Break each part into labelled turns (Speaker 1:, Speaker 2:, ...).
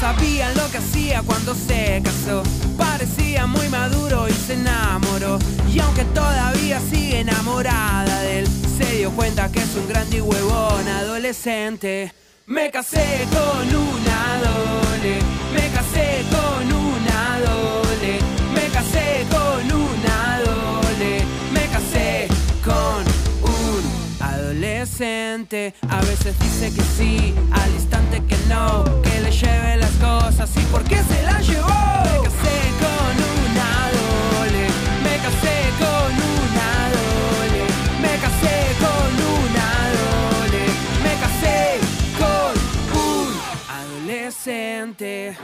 Speaker 1: sabían lo que hacía cuando se casó. Parecía muy maduro y se enamoró. Y aunque todavía sigue enamorada de él, se dio cuenta que es un grande y huevón adolescente. Me casé con una dole, me casé con una dole, me casé con una dole, me casé con un adolescente. A veces dice que sí, al instante que no, que le lleve las cosas y por qué se las llevó. Me casé con una dole, me casé con una dole, me casé con una dole, me casé con un adolescente.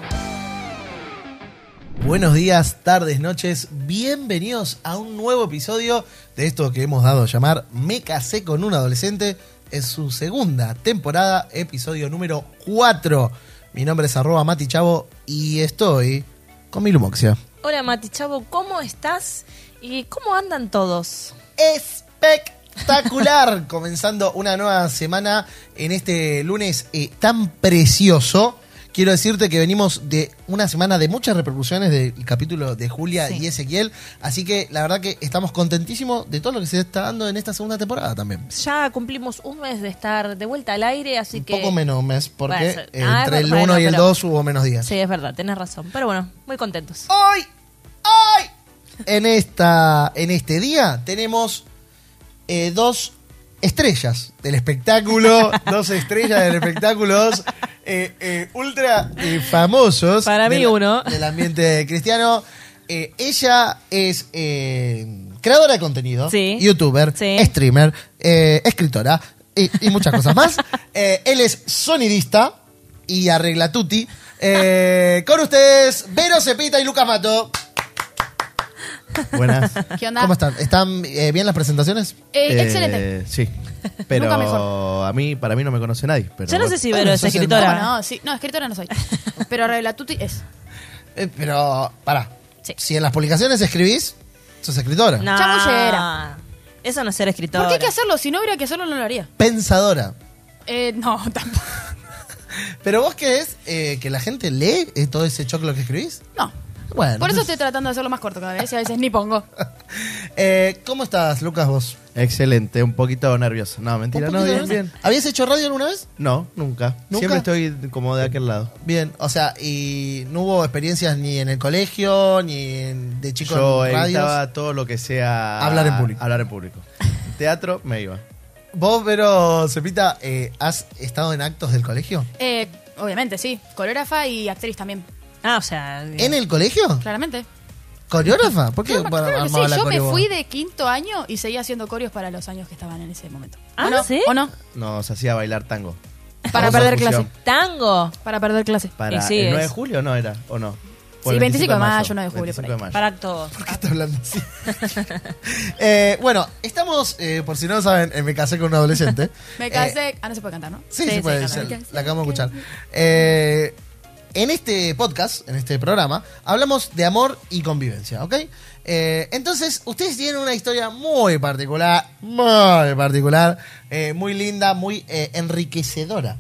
Speaker 2: Buenos días, tardes, noches, bienvenidos a un nuevo episodio de esto que hemos dado a llamar Me casé con un adolescente en su segunda temporada, episodio número 4. Mi nombre es arroba Mati Chavo y estoy con mi Lumoxia.
Speaker 3: Hola Mati Chavo, ¿cómo estás? ¿Y cómo andan todos?
Speaker 2: Espectacular, comenzando una nueva semana en este lunes eh, tan precioso. Quiero decirte que venimos de una semana de muchas repercusiones del capítulo de Julia
Speaker 3: Sí.
Speaker 2: y Ezequiel, así que la verdad que estamos contentísimos de todo lo que se está dando en esta segunda temporada también.
Speaker 3: Ya cumplimos un mes de estar de vuelta al aire, así
Speaker 2: Un
Speaker 3: que...
Speaker 2: poco menos un mes, porque
Speaker 3: Bueno,
Speaker 2: eh,
Speaker 3: ah,
Speaker 2: entre el 1
Speaker 3: bueno,
Speaker 2: y el
Speaker 3: pero-
Speaker 2: 2 hubo menos días.
Speaker 3: Sí, es verdad, tenés razón. Pero bueno, muy contentos.
Speaker 2: Hoy, hoy, en, esta, en este día tenemos eh, dos estrellas del espectáculo, dos estrellas del espectáculo, dos eh, eh, ultra eh, famosos.
Speaker 3: Para mí
Speaker 2: del-
Speaker 3: uno.
Speaker 2: Del ambiente cristiano. Eh, ella es eh, creadora de contenido,
Speaker 3: Sí.
Speaker 2: youtuber,
Speaker 3: Sí.
Speaker 2: streamer, eh, escritora y, y muchas cosas más. Eh, él es sonidista y arregla tutti. Eh, con ustedes, Vero Cepita y Lucas Mato.
Speaker 4: Buenas.
Speaker 5: ¿Qué onda?
Speaker 2: ¿Cómo están? ¿Están eh, bien las presentaciones?
Speaker 5: Eh,
Speaker 4: Eh,
Speaker 5: excelente.
Speaker 4: Sí. Pero
Speaker 5: Nunca mejor.
Speaker 4: a mí, para mí no me conoce nadie. Pero
Speaker 3: Yo no
Speaker 4: bueno.
Speaker 3: sé si Vero es
Speaker 2: sos el-
Speaker 3: escritora.
Speaker 5: No, no, sí. No, escritora no soy. Pero Revelatuti es.
Speaker 2: Eh, pero, pará.
Speaker 3: Sí.
Speaker 2: Si en las publicaciones escribís, sos escritora.
Speaker 3: No.
Speaker 5: Chamullera.
Speaker 3: Eso no es ser escritora.
Speaker 5: ¿Por qué hay que hacerlo? Si no hubiera que hacerlo, no lo haría.
Speaker 2: Pensadora.
Speaker 5: Eh, no, tampoco.
Speaker 2: ¿Pero vos querés eh, que la gente lee eh, todo ese choclo que escribís?
Speaker 5: No.
Speaker 2: Bueno.
Speaker 5: Por
Speaker 2: entonces-
Speaker 5: eso estoy tratando de hacerlo más corto cada vez. Y a veces ni pongo.
Speaker 2: Eh, ¿Cómo estás, Lucas, vos?
Speaker 4: Excelente, un poquito nervioso. No, mentira,
Speaker 2: ¿Un
Speaker 4: no,
Speaker 2: poquito
Speaker 4: bien,
Speaker 2: más?
Speaker 4: bien.
Speaker 2: ¿Habías hecho radio alguna vez?
Speaker 4: No, nunca.
Speaker 2: ¿Nunca?
Speaker 4: Siempre estoy como de aquel lado.
Speaker 2: Bien, o sea, y no hubo experiencias ni en el colegio, ni en- de chicos
Speaker 4: Yo
Speaker 2: en radios.
Speaker 4: evitaba todo lo que sea.
Speaker 2: Hablar en público.
Speaker 4: Hablar en público. Teatro, me iba.
Speaker 2: Vos, pero, Cepita, eh, ¿has estado en actos del colegio?
Speaker 5: Eh, obviamente, sí. Coreógrafa y actriz también.
Speaker 3: Ah, o sea...
Speaker 2: ¿En el colegio?
Speaker 5: Claramente.
Speaker 2: ¿Coreógrafa? ¿Por qué
Speaker 5: No,
Speaker 2: bueno,
Speaker 5: claro que sí.
Speaker 2: armaba la
Speaker 5: Yo me
Speaker 2: coreo vos?
Speaker 5: fui de quinto año y seguía haciendo coreos para los años que estaban en ese momento.
Speaker 3: Ah,
Speaker 5: ¿O no?
Speaker 3: ¿sí?
Speaker 5: ¿O no?
Speaker 4: Nos hacía bailar tango.
Speaker 5: Para
Speaker 4: Famosa
Speaker 5: perder
Speaker 4: fusión.
Speaker 5: clase.
Speaker 3: Tango.
Speaker 5: Para perder clase.
Speaker 4: Para
Speaker 3: Y sí,
Speaker 4: el
Speaker 3: es.
Speaker 4: 9 de julio, ¿no era? ¿O no? O el
Speaker 5: Sí, 25 de mayo, 9 de julio,
Speaker 4: 25
Speaker 5: por ahí.
Speaker 4: de mayo.
Speaker 3: Para acto.
Speaker 2: ¿Por qué está hablando así? Eh, bueno, estamos, eh, por si no lo saben, en Me casé con un adolescente.
Speaker 5: Me
Speaker 2: Eh,
Speaker 5: casé. ah, no se puede cantar, ¿no?
Speaker 2: sí,
Speaker 3: Sí,
Speaker 2: se
Speaker 3: sí,
Speaker 2: puede
Speaker 3: claro.
Speaker 2: decir, la acabamos de escuchar. Eh, en este podcast, en este programa, hablamos de amor y convivencia, ¿ok? Eh, entonces, ustedes tienen una historia muy particular, muy particular, eh, muy linda, muy eh, enriquecedora.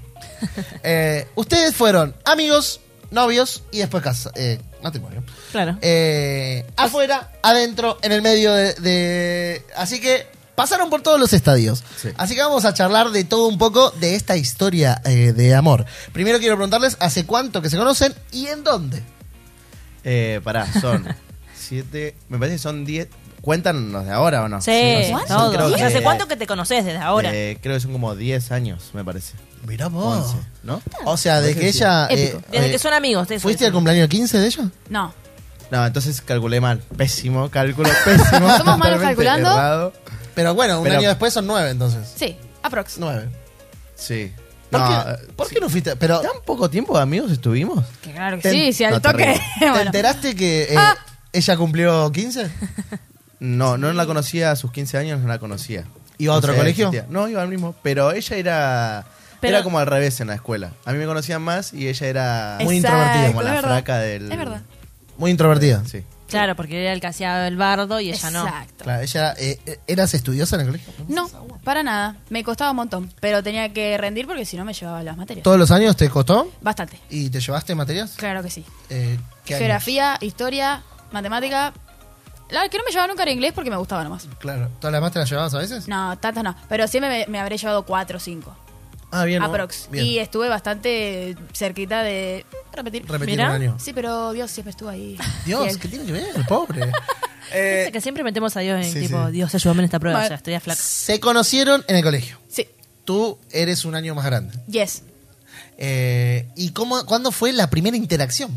Speaker 2: Eh, ustedes fueron amigos, novios y después casa, eh, matrimonio.
Speaker 3: Claro.
Speaker 2: Eh, afuera, adentro, en el medio de, de- Así que pasaron por todos los estadios.
Speaker 4: Sí.
Speaker 2: Así que vamos a charlar de todo un poco de esta historia eh, de amor. Primero quiero preguntarles hace cuánto que se conocen y en dónde.
Speaker 4: Eh, pará, son 7. Me parece que son 10. ¿Cuentan los de ahora o no?
Speaker 3: sí,
Speaker 4: no sé,
Speaker 3: todo.
Speaker 4: creo
Speaker 3: O sea,
Speaker 4: que-
Speaker 3: ¿Hace cuánto que te conoces desde ahora? Oh.
Speaker 4: Eh, creo que son como 10 años, me parece.
Speaker 2: Mirá
Speaker 4: 11, ¿no?
Speaker 2: O sea, de
Speaker 4: Parece
Speaker 2: que
Speaker 4: sí.
Speaker 2: ella... eh,
Speaker 5: Épico.
Speaker 3: desde
Speaker 2: eh,
Speaker 3: que son amigos. de eso,
Speaker 2: ¿Fuiste
Speaker 3: de
Speaker 2: al
Speaker 3: eso.
Speaker 2: cumpleaños 15 de ella?
Speaker 5: No.
Speaker 4: No, entonces calculé mal. Pésimo, cálculo pésimo.
Speaker 5: Somos malos
Speaker 4: Totalmente
Speaker 5: calculando.
Speaker 4: errado.
Speaker 2: Pero bueno, un
Speaker 4: Pero-
Speaker 2: año después son 9 entonces.
Speaker 5: Sí. Aprox.
Speaker 2: 9.
Speaker 4: Sí.
Speaker 2: ¿Por,
Speaker 4: no,
Speaker 2: qué,
Speaker 4: eh,
Speaker 2: por qué no fuiste? Pero
Speaker 4: ¿Tan poco tiempo de amigos estuvimos?
Speaker 3: Que claro que
Speaker 2: Ten-
Speaker 5: Sí, sí, al
Speaker 4: No,
Speaker 5: toque.
Speaker 4: terrible.
Speaker 2: ¿te
Speaker 5: Bueno.
Speaker 2: enteraste que eh,
Speaker 5: Ah.
Speaker 2: ella cumplió 15?
Speaker 4: No, no la conocía a sus 15 años, no la conocía.
Speaker 2: ¿Iba a
Speaker 4: No
Speaker 2: otro
Speaker 4: sé,
Speaker 2: colegio?
Speaker 4: existía. No, iba al mismo. Pero ella era.
Speaker 3: Pero-
Speaker 4: era como al revés en la escuela. A mí me conocían más y ella era
Speaker 2: Muy
Speaker 5: Exacto,
Speaker 2: introvertida,
Speaker 4: como
Speaker 5: es
Speaker 4: la
Speaker 5: verdad.
Speaker 4: fraca del.
Speaker 5: Es verdad.
Speaker 2: Muy introvertida.
Speaker 4: Sí.
Speaker 6: Claro, porque era el que hacía el bardo y ella no.
Speaker 5: Exacto.
Speaker 2: Claro, ella, eh, eh, ¿eras estudiosa en el colegio?
Speaker 5: No, para nada. Me costaba un montón, pero tenía que rendir porque si no me llevaba las materias.
Speaker 2: ¿Todos los años te costó?
Speaker 5: Bastante.
Speaker 2: ¿Y te llevaste materias?
Speaker 5: Claro que sí.
Speaker 2: Eh, ¿qué años?
Speaker 5: Geografía, historia, matemática. La que no me llevaba nunca era inglés porque me gustaba nomás.
Speaker 2: Claro. ¿Todas las demás te las llevabas a veces?
Speaker 5: No, tantas no. Pero siempre me, me habré llevado cuatro o cinco.
Speaker 2: Ah, bien. ¿no?
Speaker 5: aprox.
Speaker 2: Bien.
Speaker 5: Y estuve bastante cerquita de repetir.
Speaker 2: Repetir
Speaker 6: Mirá.
Speaker 2: un año.
Speaker 5: Sí, pero Dios siempre estuvo ahí.
Speaker 2: Dios,
Speaker 5: Fiel.
Speaker 2: ¿qué tiene que ver? Pobre.
Speaker 6: Viste que siempre metemos a Dios en
Speaker 2: sí,
Speaker 6: tipo,
Speaker 2: sí.
Speaker 6: Dios, ayúdame en esta prueba,
Speaker 5: Mal.
Speaker 6: ya estoy a flaca.
Speaker 2: Se conocieron en el colegio.
Speaker 5: Sí.
Speaker 2: Tú eres un año más grande.
Speaker 5: Yes.
Speaker 2: Eh, ¿Y cómo, cuándo fue la primera interacción?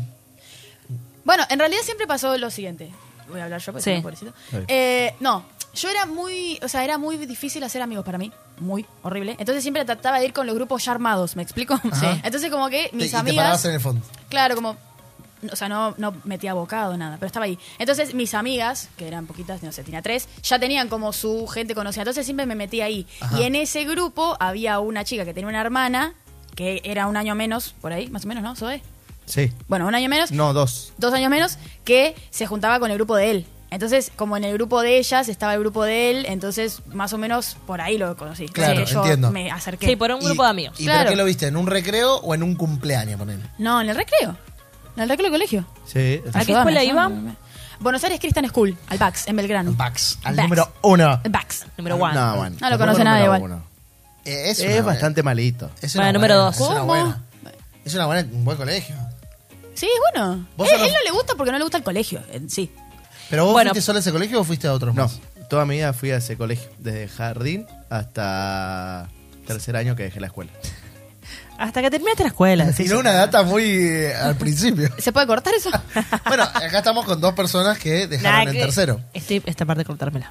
Speaker 5: Bueno, en realidad siempre pasó lo siguiente. Voy a hablar yo, porque
Speaker 6: Sí.
Speaker 5: soy un pobrecito.
Speaker 4: Está bien.
Speaker 5: Eh, no, yo era muy, o sea, era muy difícil hacer amigos para mí. Muy horrible. Entonces siempre trataba de ir con los grupos ya armados, ¿me explico?
Speaker 2: Sí.
Speaker 5: Entonces como que mis
Speaker 2: Te- y te
Speaker 5: amigas...
Speaker 2: parabas en el fondo.
Speaker 5: Claro, como... O sea, no, no metía bocado, nada, pero estaba ahí. Entonces, mis amigas, que eran poquitas, no sé, tenía tres, ya tenían como su gente conocida. Entonces, siempre me metía ahí.
Speaker 2: Ajá.
Speaker 5: Y en ese grupo había una chica que tenía una hermana, que era un año menos, por ahí, más o menos, ¿no? Zoe.
Speaker 4: Sí.
Speaker 5: Bueno, un año menos
Speaker 4: No, dos.
Speaker 5: dos años menos, que se juntaba con el grupo de él. Entonces, como en el grupo de ellas estaba el grupo de él, entonces más o menos por ahí lo conocí.
Speaker 2: Claro,
Speaker 5: Así que yo
Speaker 2: entiendo.
Speaker 5: me acerqué.
Speaker 6: Sí, por un
Speaker 2: Y-
Speaker 6: grupo de amigos.
Speaker 2: ¿Y
Speaker 5: Claro.
Speaker 2: por qué lo viste? ¿En un recreo o en un cumpleaños, ponele?
Speaker 5: No, en el recreo. En el recreo del colegio.
Speaker 4: Sí.
Speaker 6: ¿A qué
Speaker 5: Ayudame,
Speaker 6: escuela iba?
Speaker 5: ayudame. Buenos Aires Christian School, al Bax, en Belgrano.
Speaker 2: Bax, al
Speaker 5: Bax.
Speaker 2: número uno.
Speaker 5: El Bax.
Speaker 6: Número one.
Speaker 4: Ah, No, bueno.
Speaker 5: No lo
Speaker 4: Tampoco
Speaker 5: conoce nadie
Speaker 4: número
Speaker 5: igual.
Speaker 4: uno.
Speaker 2: Eh,
Speaker 4: Es,
Speaker 2: una buena-
Speaker 4: bastante malito.
Speaker 2: Es
Speaker 6: Bueno, número dos.
Speaker 2: Es una
Speaker 5: ¿Cómo?
Speaker 2: buena. Es una buena, un buen colegio.
Speaker 5: Sí, es bueno.
Speaker 2: ¿Vos
Speaker 5: Él,
Speaker 2: sos-
Speaker 5: él no le gusta porque no le gusta el colegio en sí.
Speaker 2: ¿Pero vos
Speaker 6: Bueno.
Speaker 2: fuiste solo a ese colegio o fuiste a otros
Speaker 4: No,
Speaker 2: más?
Speaker 4: toda mi vida fui a ese colegio. Desde jardín hasta tercer año que dejé la escuela.
Speaker 6: Hasta que terminaste la escuela. sí,
Speaker 2: Tiró
Speaker 6: sí.
Speaker 2: una data muy eh, al principio.
Speaker 5: ¿Se puede cortar eso?
Speaker 2: bueno, acá estamos con dos personas que
Speaker 6: Nada
Speaker 2: dejaron el
Speaker 6: que-
Speaker 2: tercero.
Speaker 6: Estoy esta parte de cortármela.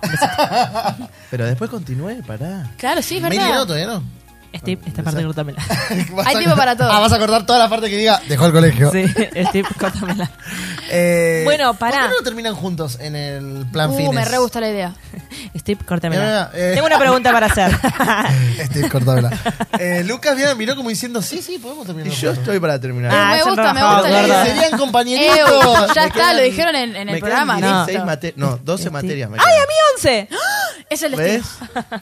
Speaker 4: Pero después continué, pará.
Speaker 5: claro, sí, es
Speaker 2: Mili, no,
Speaker 5: verdad.
Speaker 2: todavía no.
Speaker 6: Estoy esta parte de cortármela.
Speaker 2: Vas
Speaker 5: Hay
Speaker 2: a
Speaker 5: tiempo
Speaker 2: cortar-
Speaker 5: para todo.
Speaker 2: Ah, vas a cortar toda la parte que diga, dejó el colegio.
Speaker 6: Sí, estoy cortármela.
Speaker 2: Eh,
Speaker 6: Bueno, pará.
Speaker 2: ¿Por qué no terminan juntos en el plan
Speaker 5: Uh,
Speaker 2: fitness?
Speaker 5: me re gusta la idea.
Speaker 6: Estoy cortármela.
Speaker 2: Mira, mira, eh.
Speaker 6: Tengo una pregunta para hacer.
Speaker 2: Este, cortámela. Eh, Lucas me miró como diciendo, sí, sí, podemos
Speaker 4: Y
Speaker 2: terminar.
Speaker 4: yo
Speaker 2: juntos.
Speaker 4: estoy para terminar.
Speaker 6: Ah,
Speaker 5: me
Speaker 6: es un
Speaker 5: gusta, me
Speaker 6: rajón,
Speaker 5: gusta la
Speaker 2: Eh,
Speaker 6: gordo.
Speaker 5: idea.
Speaker 2: Serían
Speaker 5: Eh,
Speaker 2: compañeritos.
Speaker 5: ya
Speaker 2: Me
Speaker 5: está,
Speaker 2: quedan-
Speaker 5: lo dijeron en, en el
Speaker 4: me
Speaker 5: programa.
Speaker 4: Quedan 16
Speaker 5: Listo.
Speaker 4: mate- no, 12 materias. me
Speaker 6: ¡Ay,
Speaker 4: quedan.
Speaker 6: a mí 11!
Speaker 5: Es el destino.
Speaker 2: ¡Ey!
Speaker 4: ¿Ves?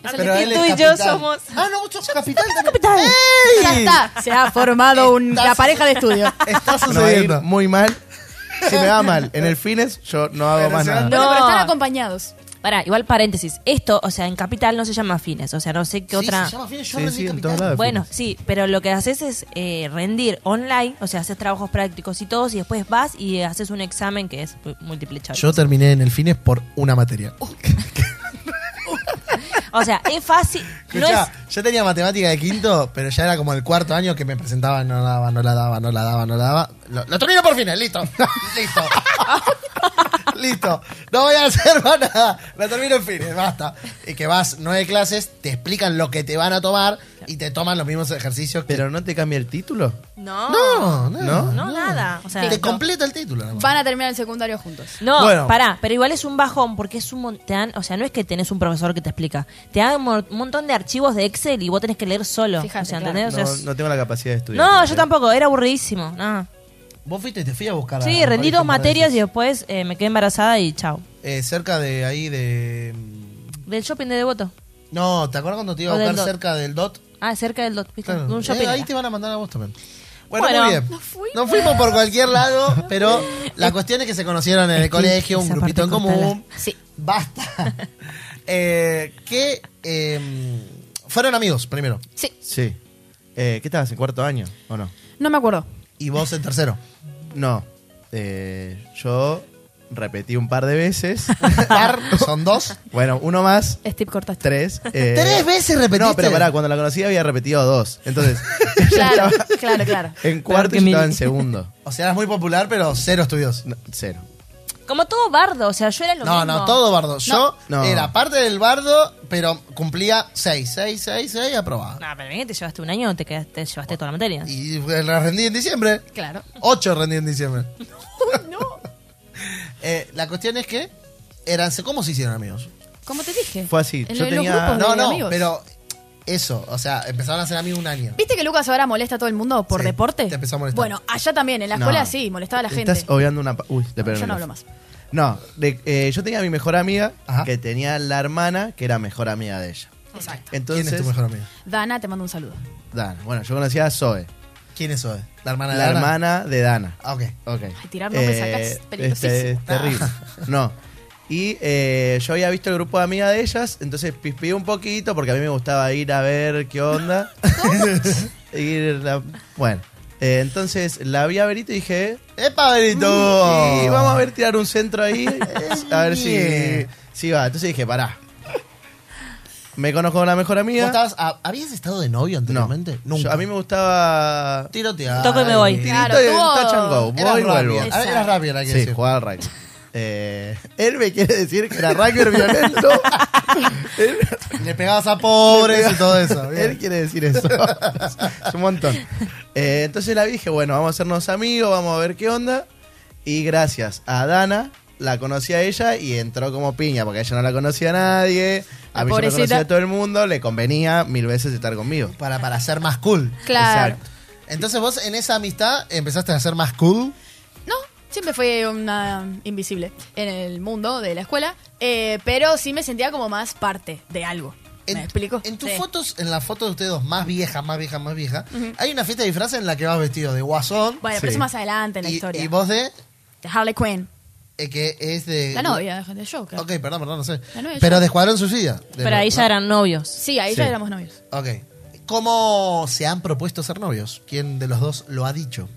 Speaker 2: Ah,
Speaker 5: Es el
Speaker 2: Pero
Speaker 5: que
Speaker 2: él es
Speaker 6: tú y yo
Speaker 2: capital.
Speaker 6: somos-
Speaker 2: Ah, no, vos sos capital. también. ¡Ey!
Speaker 5: Ya está, se ha formado un- la pareja de estudio.
Speaker 2: Está
Speaker 4: Me va a ir
Speaker 2: sucediendo.
Speaker 4: muy mal. Si me va mal en el fines, yo no hago
Speaker 2: Pero
Speaker 4: más
Speaker 2: se va-
Speaker 4: nada.
Speaker 5: Bueno,
Speaker 6: No.
Speaker 5: pero están acompañados.
Speaker 6: Pará, igual paréntesis. Esto, o sea, en Capital no se llama fines. O sea, no sé qué
Speaker 2: Sí,
Speaker 6: otra.
Speaker 2: se llama Fines, yo
Speaker 4: Sí,
Speaker 2: rendí
Speaker 4: sí, en
Speaker 2: capital.
Speaker 4: todos lados.
Speaker 6: Bueno,
Speaker 4: fines.
Speaker 6: sí, pero lo que haces es eh, rendir online, o sea, haces trabajos prácticos y todos, y después vas y haces un examen que es mu- múltiple choice.
Speaker 2: Yo terminé en el fines por una materia.
Speaker 6: O sea, es fácil. no
Speaker 2: Escuchá,
Speaker 6: es,
Speaker 2: Yo tenía matemática de quinto, pero ya era como el cuarto año que me presentaba, no la daba, no la daba, no la daba, no la daba. Lo, lo termino por fines, listo. listo. listo. No voy a hacer más nada. Lo termino en fines, basta. Y que vas nueve clases, te explican lo que te van a tomar y te toman los mismos ejercicios. que-
Speaker 4: Pero no te cambia el título.
Speaker 6: no,
Speaker 2: no, no,
Speaker 4: No,
Speaker 6: no, nada. O sea,
Speaker 2: Te completa el título. nada más.
Speaker 5: Van a terminar el secundario juntos.
Speaker 6: No,
Speaker 2: Bueno.
Speaker 6: pará, pero igual es un bajón porque es un mon- te dan- o sea, no es que tenés un profesor que te explica, te dan un mo- un montón de archivos de Excel y vos tenés que leer solo.
Speaker 5: Fíjate,
Speaker 6: o sea,
Speaker 5: claro.
Speaker 6: ¿entendés? O sea,
Speaker 4: No,
Speaker 6: es-
Speaker 4: no tengo la capacidad de estudiar.
Speaker 6: No, yo tampoco, era aburridísimo. no.
Speaker 2: Vos fuiste, te fui a buscar. a-
Speaker 6: Sí, rendí dos
Speaker 2: un par de
Speaker 6: materias y
Speaker 2: veces.
Speaker 6: después eh, me quedé embarazada y chao.
Speaker 2: Eh, cerca de ahí de... mm,
Speaker 6: Del shopping de Devoto.
Speaker 2: No, ¿te acuerdas cuando te iba a
Speaker 6: O del
Speaker 2: buscar
Speaker 6: DOT.
Speaker 2: cerca del DOT?
Speaker 6: Ah, cerca del dot, ¿viste?
Speaker 2: Claro.
Speaker 6: De un shopping.
Speaker 2: Eh, ahí
Speaker 6: era.
Speaker 2: te van a mandar a vos también. Bueno,
Speaker 6: Bueno,
Speaker 2: muy bien.
Speaker 5: nos fuimos.
Speaker 2: Nos fuimos por cualquier lado, pero la cuestión es que se conocieron en el
Speaker 6: Esa
Speaker 2: colegio, un
Speaker 6: parte
Speaker 2: grupito en común.
Speaker 5: Sí.
Speaker 2: Basta. Eh, que eh, fueron amigos primero
Speaker 5: Sí.
Speaker 4: Sí. Eh, ¿Qué estabas en cuarto año o no?
Speaker 5: No me acuerdo.
Speaker 2: y vos en tercero.
Speaker 4: No. Eh, yo repetí un par de veces.
Speaker 2: Par, son dos.
Speaker 4: bueno, uno más,
Speaker 5: Steve cortaste.
Speaker 4: tres. eh,
Speaker 2: Tres veces repetiste.
Speaker 4: No, pero pará, cuando la conocí había repetido dos. Entonces, ella
Speaker 5: Claro,
Speaker 4: estaba
Speaker 5: claro, claro.
Speaker 4: en cuarto
Speaker 6: que
Speaker 4: y yo
Speaker 6: mil.
Speaker 4: estaba en segundo.
Speaker 2: O sea, eras muy popular, pero cero estudios.
Speaker 4: No, cero.
Speaker 6: Como todo bardo, o sea, yo era lo
Speaker 2: No,
Speaker 6: mismo.
Speaker 2: no, todo bardo. Yo
Speaker 4: No.
Speaker 2: era parte del bardo, pero cumplía seis, seis, seis, seis, aprobado.
Speaker 6: No, pero bien que te llevaste un año, te, quedaste, te llevaste toda la materia.
Speaker 2: Y eh, la rendí en diciembre.
Speaker 5: Claro.
Speaker 2: Ocho rendí en diciembre. Eh, la cuestión es que eran, ¿cómo se hicieron amigos?
Speaker 5: Como te dije.
Speaker 4: Fue así,
Speaker 5: En
Speaker 4: yo
Speaker 5: los
Speaker 4: tenía-
Speaker 5: grupos de
Speaker 2: No, no,
Speaker 5: amigos.
Speaker 2: pero Eso, o sea, empezaron a ser amigos un año.
Speaker 5: ¿Viste que Lucas ahora molesta a todo el mundo por
Speaker 2: Sí,
Speaker 5: deporte?
Speaker 2: te empezó a molestar.
Speaker 5: Bueno, allá también, en la
Speaker 4: No.
Speaker 5: escuela sí, molestaba a la gente.
Speaker 4: Estás obviando una... pa- Uy, le pegué
Speaker 5: yo
Speaker 4: en
Speaker 5: no
Speaker 4: el
Speaker 5: hablo
Speaker 4: ojo.
Speaker 5: más.
Speaker 4: No, de- eh, yo tenía a mi mejor amiga
Speaker 2: Ajá.
Speaker 4: que tenía la hermana que era mejor amiga de ella.
Speaker 5: Exacto.
Speaker 4: Entonces,
Speaker 2: ¿Quién es tu mejor amigo?
Speaker 5: Dana, te mando un saludo.
Speaker 4: Dana. Bueno, yo conocía a Zoe,
Speaker 2: ¿Quién es Zoe? ¿La hermana
Speaker 4: la,
Speaker 2: de Dana?
Speaker 4: hermana de Dana.
Speaker 2: Ah, ok.
Speaker 4: Ok.
Speaker 5: tirar nombres acá es
Speaker 4: este,
Speaker 5: peligrosísimo.
Speaker 4: es terrible. No. Y eh, yo había visto el grupo de amigas de ellas, entonces pispié un poquito porque a mí me gustaba ir a ver qué onda. ir a- bueno, eh, entonces la vi a Verito y dije, "Mm,
Speaker 2: ¡Epa, Benito!
Speaker 4: Y vamos a ver tirar un centro ahí. a ver si,
Speaker 2: Bien.
Speaker 4: si va. Entonces dije, pará. Me conozco con la mejor
Speaker 2: ¿Vos
Speaker 4: amiga.
Speaker 2: estabas, a- ¿Habías estado de novio
Speaker 4: no.
Speaker 2: anteriormente? Nunca.
Speaker 4: Yo- a mí me gustaba.
Speaker 2: Tirotear.
Speaker 6: Toco y me voy.
Speaker 2: Tirito-
Speaker 5: Claro,
Speaker 4: Estoy en
Speaker 5: tuvo-
Speaker 4: touch and go.
Speaker 2: Era
Speaker 4: Voy y vuelvo.
Speaker 2: rápido. Era rápido, hay que
Speaker 4: Sí,
Speaker 2: decir.
Speaker 4: jugaba al rugby. Eh, él me quiere decir que era rugby violento. él,
Speaker 2: Le pegabas a pobres y todo eso. bien.
Speaker 4: él quiere decir eso. es un montón. Eh, entonces la vi y dije, bueno, vamos a hacernos amigos, vamos a ver qué onda. Y gracias a Dana, la conocí a ella y entró como piña, porque a ella no la conocía a nadie. A
Speaker 5: La
Speaker 4: mí yo me
Speaker 5: pobrecita.
Speaker 4: conocía a todo el mundo, le convenía mil veces estar conmigo.
Speaker 2: Para, para ser más cool.
Speaker 5: Claro.
Speaker 4: Exacto.
Speaker 2: Entonces vos en esa amistad empezaste a ser más cool.
Speaker 5: No, siempre fue una invisible en el mundo de la escuela, eh, pero sí me sentía como más parte de algo. ¿Me
Speaker 2: En,
Speaker 5: explico?
Speaker 2: En tus
Speaker 5: Sí.
Speaker 2: fotos, en la foto de ustedes dos, más vieja, más vieja, más vieja, hay una fiesta de disfraces en la que vas vestido de guasón.
Speaker 5: Bueno, pero
Speaker 4: Sí.
Speaker 5: eso más adelante en la
Speaker 2: y,
Speaker 5: historia.
Speaker 2: y vos de.
Speaker 5: De Harley Quinn.
Speaker 2: eh, que es de.
Speaker 5: La novia de Joker.
Speaker 2: Ok, perdón, perdón, no sé.
Speaker 5: La novia
Speaker 2: Pero
Speaker 5: de Joker.
Speaker 2: de Escuadrón Suicida. De-
Speaker 6: Pero ahí ya eran novios.
Speaker 5: Sí, ahí
Speaker 4: Sí.
Speaker 5: ya éramos novios.
Speaker 2: Ok. ¿Cómo se han propuesto ser novios? ¿Quién de los dos lo ha dicho?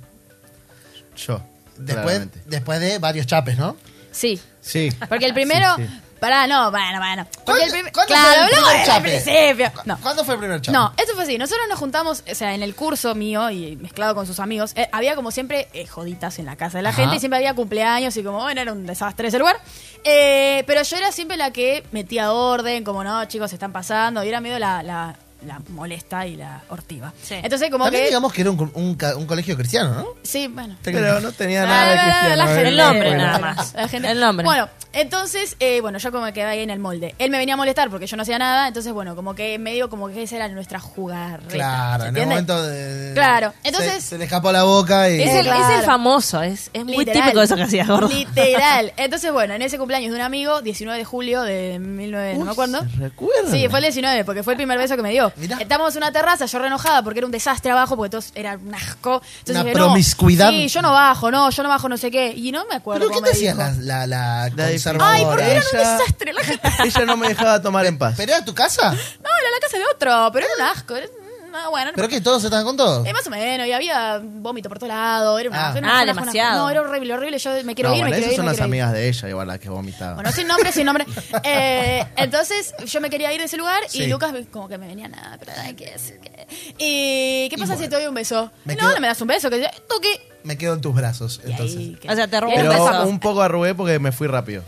Speaker 4: Yo.
Speaker 2: Después,
Speaker 4: claramente.
Speaker 2: después de varios chapes, ¿no?
Speaker 5: Sí.
Speaker 4: Sí.
Speaker 5: Porque el primero.
Speaker 4: Sí, sí.
Speaker 5: Pará, no, bueno, bueno. Porque
Speaker 2: ¿Cuándo-
Speaker 5: el primer-
Speaker 2: cuándo
Speaker 5: Claro,
Speaker 2: fue el
Speaker 5: hablamos
Speaker 2: primer
Speaker 5: desde el
Speaker 2: chape?
Speaker 5: principio.
Speaker 2: ¿Cu-
Speaker 5: No.
Speaker 2: ¿Cuándo fue el primer chape?
Speaker 5: No, esto fue así. Nosotros nos juntamos, o sea, en el curso mío y mezclado con sus amigos, eh, había como siempre eh, joditas en la casa de la
Speaker 2: Ajá.
Speaker 5: gente y siempre había cumpleaños y como, bueno, era un desastre ese lugar. Eh, pero yo era siempre la que metía orden, como, no, chicos, se están pasando. Y era medio la, la- la molesta y la hortiva.
Speaker 6: Sí.
Speaker 5: Entonces, como
Speaker 2: También
Speaker 5: que...
Speaker 2: digamos que era un, co- un ca- un colegio cristiano, ¿no?
Speaker 5: Sí, bueno.
Speaker 4: Pero no tenía
Speaker 5: Ah,
Speaker 4: nada
Speaker 5: no, no,
Speaker 4: de
Speaker 5: no,
Speaker 4: cristiano. ¿eh?
Speaker 5: la gente-
Speaker 6: El nombre
Speaker 5: bueno,
Speaker 6: nada más.
Speaker 5: la gente-
Speaker 6: El nombre.
Speaker 5: Bueno, entonces, eh, bueno, yo como me quedé ahí en el molde. Él me venía a molestar porque yo no hacía nada, entonces, bueno, como que medio como que esa era nuestra jugarreta.
Speaker 2: Claro,
Speaker 5: ¿se
Speaker 2: en el
Speaker 5: entiende?
Speaker 2: momento de.
Speaker 5: Claro,
Speaker 2: se-
Speaker 5: entonces-
Speaker 2: Se, le escapó la boca y.
Speaker 6: Es el,
Speaker 5: Claro.
Speaker 6: es el famoso, es, es muy
Speaker 5: Literal.
Speaker 6: típico eso que hacías, gordo.
Speaker 5: Literal. Entonces, bueno, en ese cumpleaños de un amigo, 19 de julio de 19, no me acuerdo.
Speaker 4: ¿Recuerdas?
Speaker 5: Sí, fue el 19, porque fue el primer beso que me dio.
Speaker 2: Mirá.
Speaker 5: Estábamos en una terraza, yo re enojada porque era un desastre abajo, porque todo era un asco. Entonces
Speaker 2: Una
Speaker 5: dije, no,
Speaker 2: promiscuidad.
Speaker 5: sí, yo no bajo, no, yo no bajo, no sé qué. Y no me acuerdo.
Speaker 2: ¿Pero qué
Speaker 5: cómo
Speaker 2: te
Speaker 5: me
Speaker 2: hacías
Speaker 5: dijo.
Speaker 2: la, la, la
Speaker 4: La de-
Speaker 2: conservadora?
Speaker 5: Ay, porque eran un
Speaker 4: Ella-
Speaker 5: desastre. La gente.
Speaker 4: Ella no me dejaba tomar en paz.
Speaker 2: ¿Pero era tu casa?
Speaker 5: No, era la casa de otro, pero era un
Speaker 4: Ah.
Speaker 5: asco. Era, no, bueno, no
Speaker 2: ¿Pero qué? ¿Todos estaban con todos?
Speaker 5: Eh, más o menos, y había vómito por todo lado, era una,
Speaker 2: Ah.
Speaker 5: era una-
Speaker 6: Ah,
Speaker 5: era una-
Speaker 6: demasiado.
Speaker 5: No, era horrible, horrible, yo me quiero
Speaker 4: no,
Speaker 5: ir,
Speaker 4: bueno,
Speaker 5: me quiero
Speaker 4: esas
Speaker 5: ir,
Speaker 4: son
Speaker 5: me
Speaker 4: las
Speaker 5: quiero ir.
Speaker 4: amigas de ella, igual las que vomitaban.
Speaker 5: Bueno, sin nombre, sin nombre. Eh, entonces, yo me quería ir de ese lugar
Speaker 2: Sí.
Speaker 5: y Lucas me- como que me venía nada, pero nada, ¿qué es? ¿Qué? ¿Y qué pasa si te doy un beso?
Speaker 2: me
Speaker 5: No,
Speaker 2: quedo-
Speaker 5: no me das un beso, que yo toque.
Speaker 2: Me quedo en tus brazos,
Speaker 5: Y
Speaker 2: entonces.
Speaker 5: ahí, que-
Speaker 6: O sea, te
Speaker 5: y ahí
Speaker 6: robó
Speaker 5: nos
Speaker 4: Pero
Speaker 5: besamos.
Speaker 4: un poco arrugué porque me fui rápido.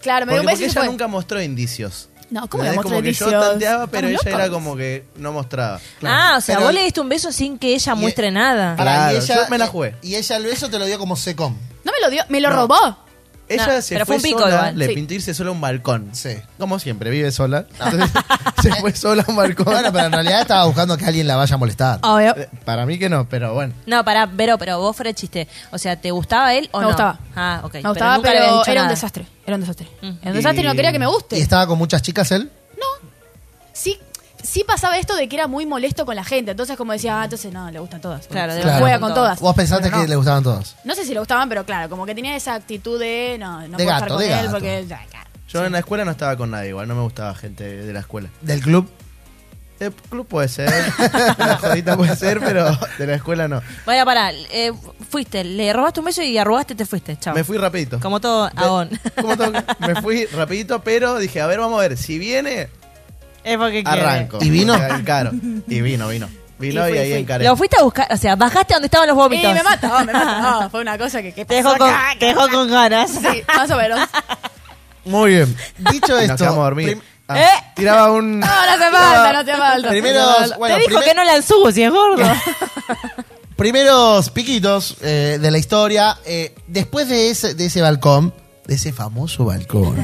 Speaker 5: Claro, me dio
Speaker 4: Porque,
Speaker 5: un beso
Speaker 4: porque
Speaker 5: y se
Speaker 4: ella
Speaker 5: fue.
Speaker 4: nunca mostró indicios.
Speaker 5: No, ¿cómo
Speaker 4: ¿Entendés?
Speaker 5: le mostró
Speaker 4: Como que
Speaker 5: indicios?
Speaker 4: yo tanteaba, pero ella
Speaker 5: ¿Estamos
Speaker 4: era
Speaker 5: locos?
Speaker 4: como que no mostraba.
Speaker 6: Ah, o sea,
Speaker 2: Pero-
Speaker 6: vos le diste un beso sin que ella
Speaker 2: Y-
Speaker 4: eh,
Speaker 6: muestre nada.
Speaker 2: Pará,
Speaker 4: Claro, yo me la jugué.
Speaker 2: Y ella el beso te lo dio como secom.
Speaker 5: No me lo dio, me lo
Speaker 4: No.
Speaker 5: robó.
Speaker 4: Ella
Speaker 6: No,
Speaker 4: se
Speaker 6: pero fue
Speaker 4: fue
Speaker 6: un pico
Speaker 4: sola,
Speaker 6: igual,
Speaker 4: le
Speaker 5: sí. Ah.
Speaker 4: pintó irse sola a un balcón.
Speaker 2: Sí.
Speaker 4: Como siempre, vive sola. Entonces, se fue sola a un balcón.
Speaker 2: Bueno, pero en realidad estaba buscando que alguien la vaya a molestar.
Speaker 5: Obvio.
Speaker 4: Eh, Para mí que no, pero bueno.
Speaker 6: No, pará, pero, pero vos fuera de chiste. O sea, ¿te gustaba él o
Speaker 5: Me
Speaker 6: no?
Speaker 5: gustaba.
Speaker 6: Ah, ok.
Speaker 5: Me gustaba,
Speaker 6: nunca le
Speaker 5: pero,
Speaker 6: habías dicho
Speaker 5: era un
Speaker 6: nada. Mm.
Speaker 5: desastre. Era un desastre. Era un
Speaker 4: Y-
Speaker 5: desastre y no quería que me guste.
Speaker 2: ¿Y estaba con muchas chicas él?
Speaker 5: No. Sí, sí pasaba esto de que era muy molesto con la gente. Entonces, como decía, ah, entonces no, le gustan todas.
Speaker 6: Claro,
Speaker 5: Se
Speaker 6: de-
Speaker 2: Claro.
Speaker 5: juega con todas.
Speaker 2: Vos pensaste
Speaker 5: Pero no.
Speaker 2: que le gustaban todos.
Speaker 5: No sé si le gustaban, pero claro, como que tenía esa actitud de no, no
Speaker 2: De
Speaker 5: puedo
Speaker 2: gato,
Speaker 5: estar con
Speaker 2: de
Speaker 5: él
Speaker 2: gato.
Speaker 5: porque él. ay, claro.
Speaker 4: Yo en la escuela no estaba con nadie igual, no me gustaba gente de la escuela.
Speaker 2: ¿Del club?
Speaker 4: El Eh, club puede ser, la jodita puede ser, pero de la escuela no.
Speaker 6: Vaya, pará. eh, fuiste, le robaste un beso y arrugaste, te fuiste. Chao.
Speaker 4: Me fui rapidito.
Speaker 6: Como todo
Speaker 4: De-
Speaker 6: aón.
Speaker 4: como todo- me fui rapidito, pero dije, a ver, vamos a ver, si viene,
Speaker 6: es porque quiere.
Speaker 4: arranco.
Speaker 2: ¿Y vino?
Speaker 4: Claro. Y vino, vino. Vino y,
Speaker 5: Y fui,
Speaker 4: ahí
Speaker 5: fui.
Speaker 4: encaré.
Speaker 6: Lo fuiste a buscar, o sea, bajaste donde estaban los
Speaker 5: Y
Speaker 6: vómitos.
Speaker 5: me mató, me mató. No, fue una cosa que. ¿qué
Speaker 6: Te
Speaker 5: pasó
Speaker 6: dejó con,
Speaker 5: acá?
Speaker 6: te dejó con ganas.
Speaker 5: Sí, más o menos.
Speaker 2: Muy bien. Dicho
Speaker 4: Y
Speaker 2: esto.
Speaker 4: Nos quedamos a dormir.
Speaker 2: prim-
Speaker 4: Ah,
Speaker 6: ¿Eh?
Speaker 4: Tiraba un...
Speaker 5: No, no hace falta, no hace falta.
Speaker 2: Primero,
Speaker 5: No hace falta.
Speaker 2: bueno,
Speaker 6: te dijo
Speaker 2: primer-
Speaker 6: que no la ensucies, gordo.
Speaker 2: primeros piquitos eh, de la historia. eh, después de ese, de ese balcón, de ese famoso balcón.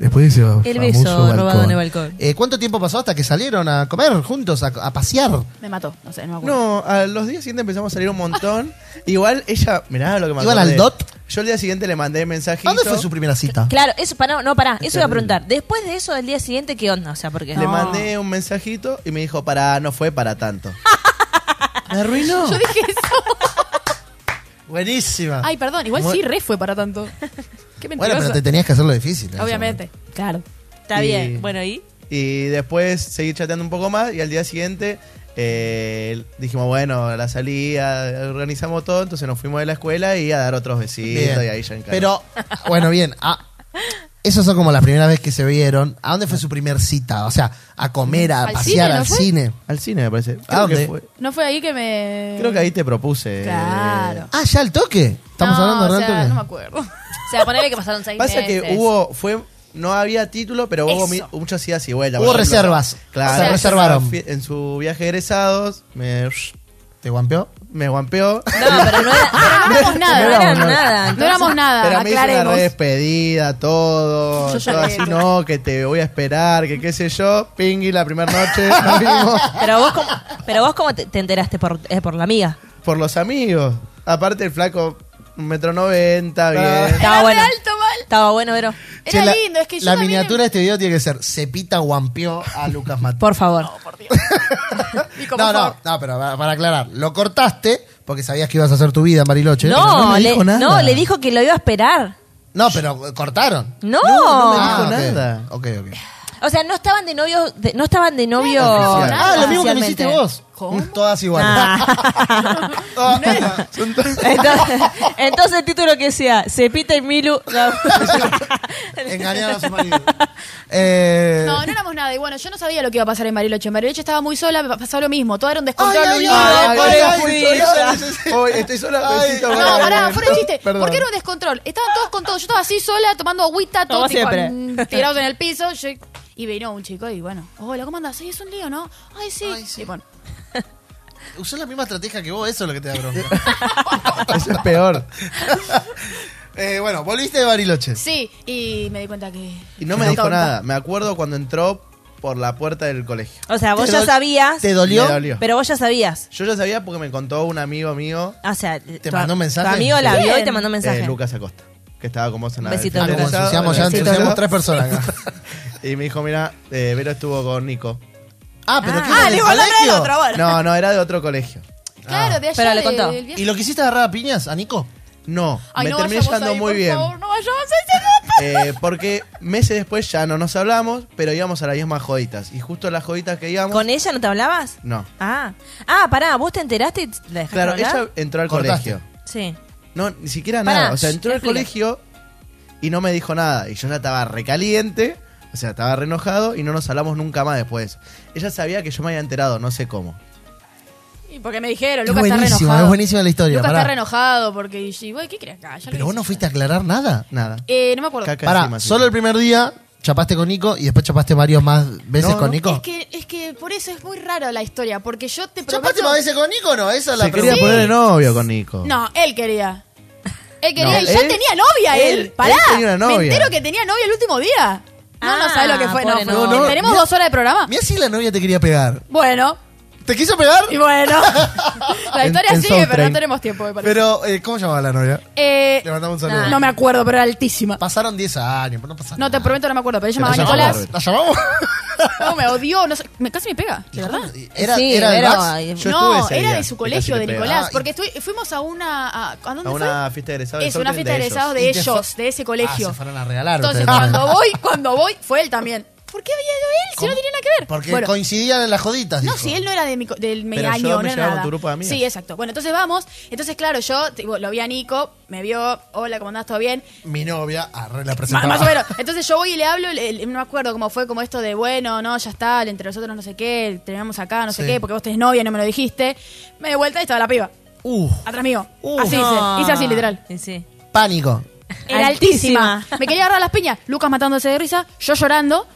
Speaker 2: Después de ese
Speaker 6: El
Speaker 2: famoso
Speaker 6: beso robado en el balcón.
Speaker 2: Eh, ¿Cuánto tiempo pasó hasta que salieron a comer juntos, a, a pasear?
Speaker 5: Me mató, no sé, no me acuerdo.
Speaker 4: No, a los días siguientes empezamos a salir un montón. Igual ella, mirá lo que me
Speaker 2: ¿Iban
Speaker 4: acordé.
Speaker 2: al dot?
Speaker 4: Yo el día siguiente le mandé mensajito.
Speaker 2: ¿Dónde fue su primera cita?
Speaker 6: Claro, eso, para, no, pará, eso iba a preguntar. Después de eso, del día siguiente, ¿qué onda? O sea, porque.
Speaker 4: Este, Le
Speaker 5: No.
Speaker 4: mandé un mensajito y me dijo, para, no fue para tanto. ¿Me arruinó?
Speaker 5: Yo dije eso.
Speaker 2: Buenísima.
Speaker 5: Ay, perdón, igual sí, re fue para tanto. Qué
Speaker 2: bueno,
Speaker 5: mentiroso.
Speaker 2: pero te tenías que hacerlo difícil. en ese
Speaker 5: Obviamente.
Speaker 6: Claro. Está
Speaker 4: Y-
Speaker 6: bien. Bueno, ¿y?
Speaker 4: Y después seguí chateando un poco más y al día siguiente eh, dijimos, bueno, la salida, organizamos todo, entonces nos fuimos de la escuela y a dar otros besitos
Speaker 2: Bien.
Speaker 4: y ahí ya encaró.
Speaker 2: Pero, bueno, bien. ah, esas son como las primeras veces que se vieron. ¿A dónde fue su primer cita? O sea, a comer, a
Speaker 5: ¿Al
Speaker 2: pasear,
Speaker 5: cine, no
Speaker 2: al
Speaker 5: fue?
Speaker 2: cine.
Speaker 4: Al cine me parece.
Speaker 2: ¿A
Speaker 4: Creo que
Speaker 2: dónde?
Speaker 4: fue-
Speaker 5: No fue ahí que me.
Speaker 4: Creo que ahí te propuse. eh,
Speaker 5: Claro.
Speaker 2: Ah, ya al toque. Estamos
Speaker 5: No,
Speaker 2: hablando de
Speaker 5: o
Speaker 2: real
Speaker 5: sea,
Speaker 2: toque.
Speaker 5: No me acuerdo.
Speaker 6: O sea, ponele que pasaron seis
Speaker 4: Pasa
Speaker 6: meses.
Speaker 4: que hubo, fue, no había título, pero hubo
Speaker 6: Eso.
Speaker 4: mi- muchas idas y vueltas.
Speaker 2: Hubo
Speaker 4: Por ejemplo,
Speaker 2: reservas.
Speaker 4: Claro.
Speaker 2: Se
Speaker 4: en su
Speaker 2: reservaron.
Speaker 4: fie- En su viaje de egresados, me,
Speaker 2: ¿Te guampeó?
Speaker 4: me guampeó.
Speaker 6: No, pero no era.
Speaker 5: No éramos
Speaker 6: No
Speaker 5: nada.
Speaker 6: era nada.
Speaker 5: No éramos nada,
Speaker 4: Pero me hizo una
Speaker 5: Ah, aclaremos.
Speaker 4: re despedida, todo.
Speaker 5: Yo
Speaker 4: todo
Speaker 5: lloré.
Speaker 4: así, no, que te voy a esperar, que qué sé yo. Pingui la primera noche, nos vimos
Speaker 6: Pero vos, ¿cómo, pero vos cómo te, te enteraste? Por, eh, por la amiga.
Speaker 4: por los amigos. Aparte, el flaco, un metro
Speaker 2: Ah.
Speaker 4: noventa, bien.
Speaker 6: Estaba bueno.
Speaker 5: alto, mal.
Speaker 6: Estaba bueno, pero.
Speaker 5: Era
Speaker 2: Che, la-
Speaker 5: lindo, es que yo
Speaker 2: La
Speaker 5: también- em-
Speaker 2: miniatura de este video tiene que ser Cepita guampeó a Lucas Mató.
Speaker 6: Por favor.
Speaker 5: Y como
Speaker 2: No, no,
Speaker 5: favor.
Speaker 2: no, pero para, para aclarar, lo cortaste porque sabías que ibas a hacer tu vida, Mariloche.
Speaker 6: no,
Speaker 2: Pero me
Speaker 6: le,
Speaker 2: dijo nada.
Speaker 6: no, le dijo que lo iba a esperar.
Speaker 2: No, pero eh, cortaron. Ah,
Speaker 6: No. Ah.
Speaker 4: me dijo
Speaker 2: ok.
Speaker 4: nada.
Speaker 2: Ok, ok.
Speaker 6: O sea, no estaban de novios, de- no estaban de novio.
Speaker 4: oficial.
Speaker 2: Ah, lo mismo que me
Speaker 6: oficialmente.
Speaker 2: hiciste vos. Todas iguales.
Speaker 6: Ah.
Speaker 2: Ah, son todas-
Speaker 6: Entonces, entonces el título que sea, Cepita y Milu. No.
Speaker 2: Engañaron a su marido. Eh,
Speaker 5: No, no éramos nada. Y bueno, yo no sabía lo que iba a pasar en Mariloche. En Mariloche estaba muy sola, me pasaba lo mismo. Todo era un descontrol.
Speaker 2: Ay, ay,
Speaker 5: un-
Speaker 2: ay, ay,
Speaker 6: pobre
Speaker 2: ay,
Speaker 6: Julita.
Speaker 2: ay, ay, ay.
Speaker 4: Hoy estoy sola,
Speaker 2: Ay,
Speaker 4: besito,
Speaker 2: no,
Speaker 5: No,
Speaker 4: bye.
Speaker 5: pará, fuera de chiste.
Speaker 4: Perdón.
Speaker 5: ¿Por qué era un descontrol? Estaban todos con todo. Yo estaba así sola, tomando agüita,
Speaker 6: Como
Speaker 5: todos tipo,
Speaker 6: siempre.
Speaker 5: mm, tirados en el piso. Yo- Y vino un chico y bueno, hola, ¿cómo andás? Ay, es un lío, ¿no? Ay, sí.
Speaker 2: Ay, sí.
Speaker 5: Y bueno,
Speaker 2: Usó la misma estrategia que vos, eso es lo que te da bronca.
Speaker 4: Eso es peor.
Speaker 2: Eh, bueno, volviste de Bariloche.
Speaker 5: sí. Y me di cuenta que.
Speaker 4: Y no me dijo nada. Me acuerdo cuando entró por la puerta del colegio.
Speaker 6: O
Speaker 5: Ah,
Speaker 6: sea, vos
Speaker 2: Te
Speaker 6: ya
Speaker 2: dol-
Speaker 6: sabías.
Speaker 2: ¿Te dolió?
Speaker 4: Me dolió.
Speaker 6: Pero vos ya sabías.
Speaker 4: Yo ya sabía porque me contó un amigo mío,
Speaker 6: O sea, tu-
Speaker 2: mandó un mensaje?
Speaker 6: Tu amigo la vio y
Speaker 5: Bien.
Speaker 6: te mandó un mensaje.
Speaker 4: eh, Lucas Acosta, que estaba como en la
Speaker 6: Besito,
Speaker 2: Ah,
Speaker 6: Lucas.
Speaker 2: como ensuciamos, ya
Speaker 6: Besito,
Speaker 2: ensuciamos tres personas acá.
Speaker 4: Y me dijo, mira, eh, Vero estuvo con Nico.
Speaker 2: Ah, pero
Speaker 6: Ah.
Speaker 2: ¿qué? era
Speaker 6: Ah,
Speaker 2: del
Speaker 6: le voló a traer
Speaker 2: colegio?
Speaker 6: otro, bueno.
Speaker 4: No, no, era de otro colegio.
Speaker 5: Claro, de allá.
Speaker 6: Pero le
Speaker 5: de-
Speaker 6: contó.
Speaker 5: del viaje.
Speaker 2: ¿Y lo quisiste agarrar a piñas a Nico?
Speaker 4: No,
Speaker 5: Ay,
Speaker 4: me
Speaker 5: no
Speaker 4: terminé
Speaker 5: vayamos
Speaker 4: llevando
Speaker 5: ahí,
Speaker 4: muy
Speaker 5: por
Speaker 4: bien.
Speaker 5: favor, no vayamos a ese lugar.
Speaker 4: Eh, porque meses después ya no nos hablamos, pero íbamos a las mismas joditas. Y justo las joditas que íbamos.
Speaker 6: ¿Con ella no te hablabas?
Speaker 4: No.
Speaker 6: Ah. Ah, pará, vos te enteraste y la dejaste
Speaker 4: Claro,
Speaker 6: hablar?
Speaker 4: ella entró al
Speaker 2: Cortaste.
Speaker 4: colegio.
Speaker 6: Sí.
Speaker 4: No, ni siquiera
Speaker 6: Pará,
Speaker 4: nada. O sea, entró al
Speaker 6: explica.
Speaker 4: colegio y no me dijo nada. Y yo ya estaba recaliente, o sea, estaba re enojado y no nos hablamos nunca más después. Ella sabía que yo me había enterado, no sé cómo.
Speaker 5: Y porque me dijeron,
Speaker 2: Es
Speaker 5: Lucas está re
Speaker 2: buenísima,
Speaker 5: enojado.
Speaker 2: es buenísima la historia.
Speaker 5: Lucas
Speaker 2: pará.
Speaker 5: está re enojado porque dije, güey, ¿qué crees acá? Ya lo
Speaker 2: Pero vos
Speaker 5: hice
Speaker 2: no
Speaker 5: yo.
Speaker 2: fuiste a aclarar nada.
Speaker 4: Nada.
Speaker 5: Eh, no me acuerdo.
Speaker 4: Caca
Speaker 2: Pará,
Speaker 4: encima, sí.
Speaker 2: solo el primer día chapaste con Nico y después chapaste varios más veces
Speaker 4: No,
Speaker 2: con
Speaker 4: no.
Speaker 2: Nico.
Speaker 5: Es que, es que por eso es muy raro la historia, porque yo te
Speaker 2: ¿Chapaste
Speaker 5: prometo-
Speaker 2: más veces con Nico o no? Esa es la
Speaker 4: Se quería
Speaker 2: pregunta.
Speaker 4: poner de novio con Nico.
Speaker 5: No, él quería. Él quería,
Speaker 4: No,
Speaker 5: él ya
Speaker 4: él-
Speaker 5: tenía novia, él.
Speaker 4: él-
Speaker 5: Pará.
Speaker 4: él tenía una
Speaker 5: Me
Speaker 4: novia.
Speaker 5: entero que tenía novia el último día. No,
Speaker 6: Ah,
Speaker 5: no sabe lo que fue. No,
Speaker 6: pobre
Speaker 5: fue-
Speaker 6: novia.
Speaker 5: Tenemos dos horas de programa.
Speaker 2: Mirá si la novia te quería pegar.
Speaker 5: Bueno,
Speaker 2: ¿Te quiso pegar?
Speaker 5: y bueno. la
Speaker 4: En-
Speaker 5: historia
Speaker 4: en
Speaker 5: sigue,
Speaker 4: Soul
Speaker 5: pero
Speaker 4: Train.
Speaker 5: no tenemos tiempo, me parece.
Speaker 2: Pero, eh, ¿cómo llamaba la novia?
Speaker 5: Eh,
Speaker 2: Le mandamos un saludo.
Speaker 5: no me acuerdo, pero era altísima.
Speaker 2: Pasaron 10 años, pero no pasa
Speaker 5: No, te
Speaker 2: nada.
Speaker 5: prometo, no me acuerdo, pero ella
Speaker 4: la
Speaker 5: llamaba
Speaker 2: ¿La
Speaker 4: llamamos,
Speaker 5: Nicolás.
Speaker 2: llamamos? ¿La llamamos?
Speaker 5: No, me odió, no sé, me, casi me pega, de verdad.
Speaker 2: ¿Era,
Speaker 6: sí,
Speaker 2: era el
Speaker 6: pero-
Speaker 2: Max?
Speaker 6: ay,
Speaker 4: Yo
Speaker 5: no,
Speaker 4: estuve ese
Speaker 5: era
Speaker 4: día,
Speaker 5: de su
Speaker 4: que casi
Speaker 5: colegio,
Speaker 4: le
Speaker 5: de
Speaker 4: pegaba.
Speaker 5: Nicolas,
Speaker 2: Ah, y-
Speaker 5: porque estuve- fuimos a una... ¿A, a dónde
Speaker 4: A
Speaker 5: fue?
Speaker 4: una fiesta de egresados.
Speaker 5: Es una fiesta de egresados de
Speaker 2: Y te fue-
Speaker 5: ellos, de ese colegio.
Speaker 2: Ah, se fueron a regalar
Speaker 5: Entonces,
Speaker 2: ustedes.
Speaker 5: cuando voy, cuando voy, fue él también. ¿Por qué había ido él? Si no
Speaker 2: ¿Cómo?
Speaker 5: tenía nada que ver.
Speaker 2: Porque
Speaker 5: Bueno,
Speaker 2: coincidían en las joditas.
Speaker 5: no,
Speaker 2: dijo.
Speaker 5: si él no era de mi co- del
Speaker 4: Pero yo
Speaker 5: megaño,
Speaker 4: me
Speaker 5: no era
Speaker 4: llevaba
Speaker 5: nada.
Speaker 4: con tu grupo de amigas.
Speaker 5: Sí, exacto. Bueno, entonces vamos. Entonces, claro, yo tipo, lo vi a Nico, me vio, hola, ¿cómo andás? ¿Todo bien?
Speaker 2: Mi novia, arre, la
Speaker 5: Más,
Speaker 2: presentaba.
Speaker 5: más o menos. Entonces yo voy y le hablo, le- le- no me acuerdo cómo fue, como esto de, bueno, no, ya está, entre nosotros no sé qué, terminamos acá, no sé
Speaker 2: Sí.
Speaker 5: qué, porque vos tenés novia, no me lo dijiste. Me di vuelta y estaba la piba,
Speaker 2: Uh,
Speaker 5: atrás mío.
Speaker 2: Uh,
Speaker 5: así
Speaker 6: No.
Speaker 5: hice, hice así, literal.
Speaker 6: Sí, sí.
Speaker 2: pánico.
Speaker 5: Era altísima. Me quería agarrar las piñas. Lucas matándose de risa, yo llorando.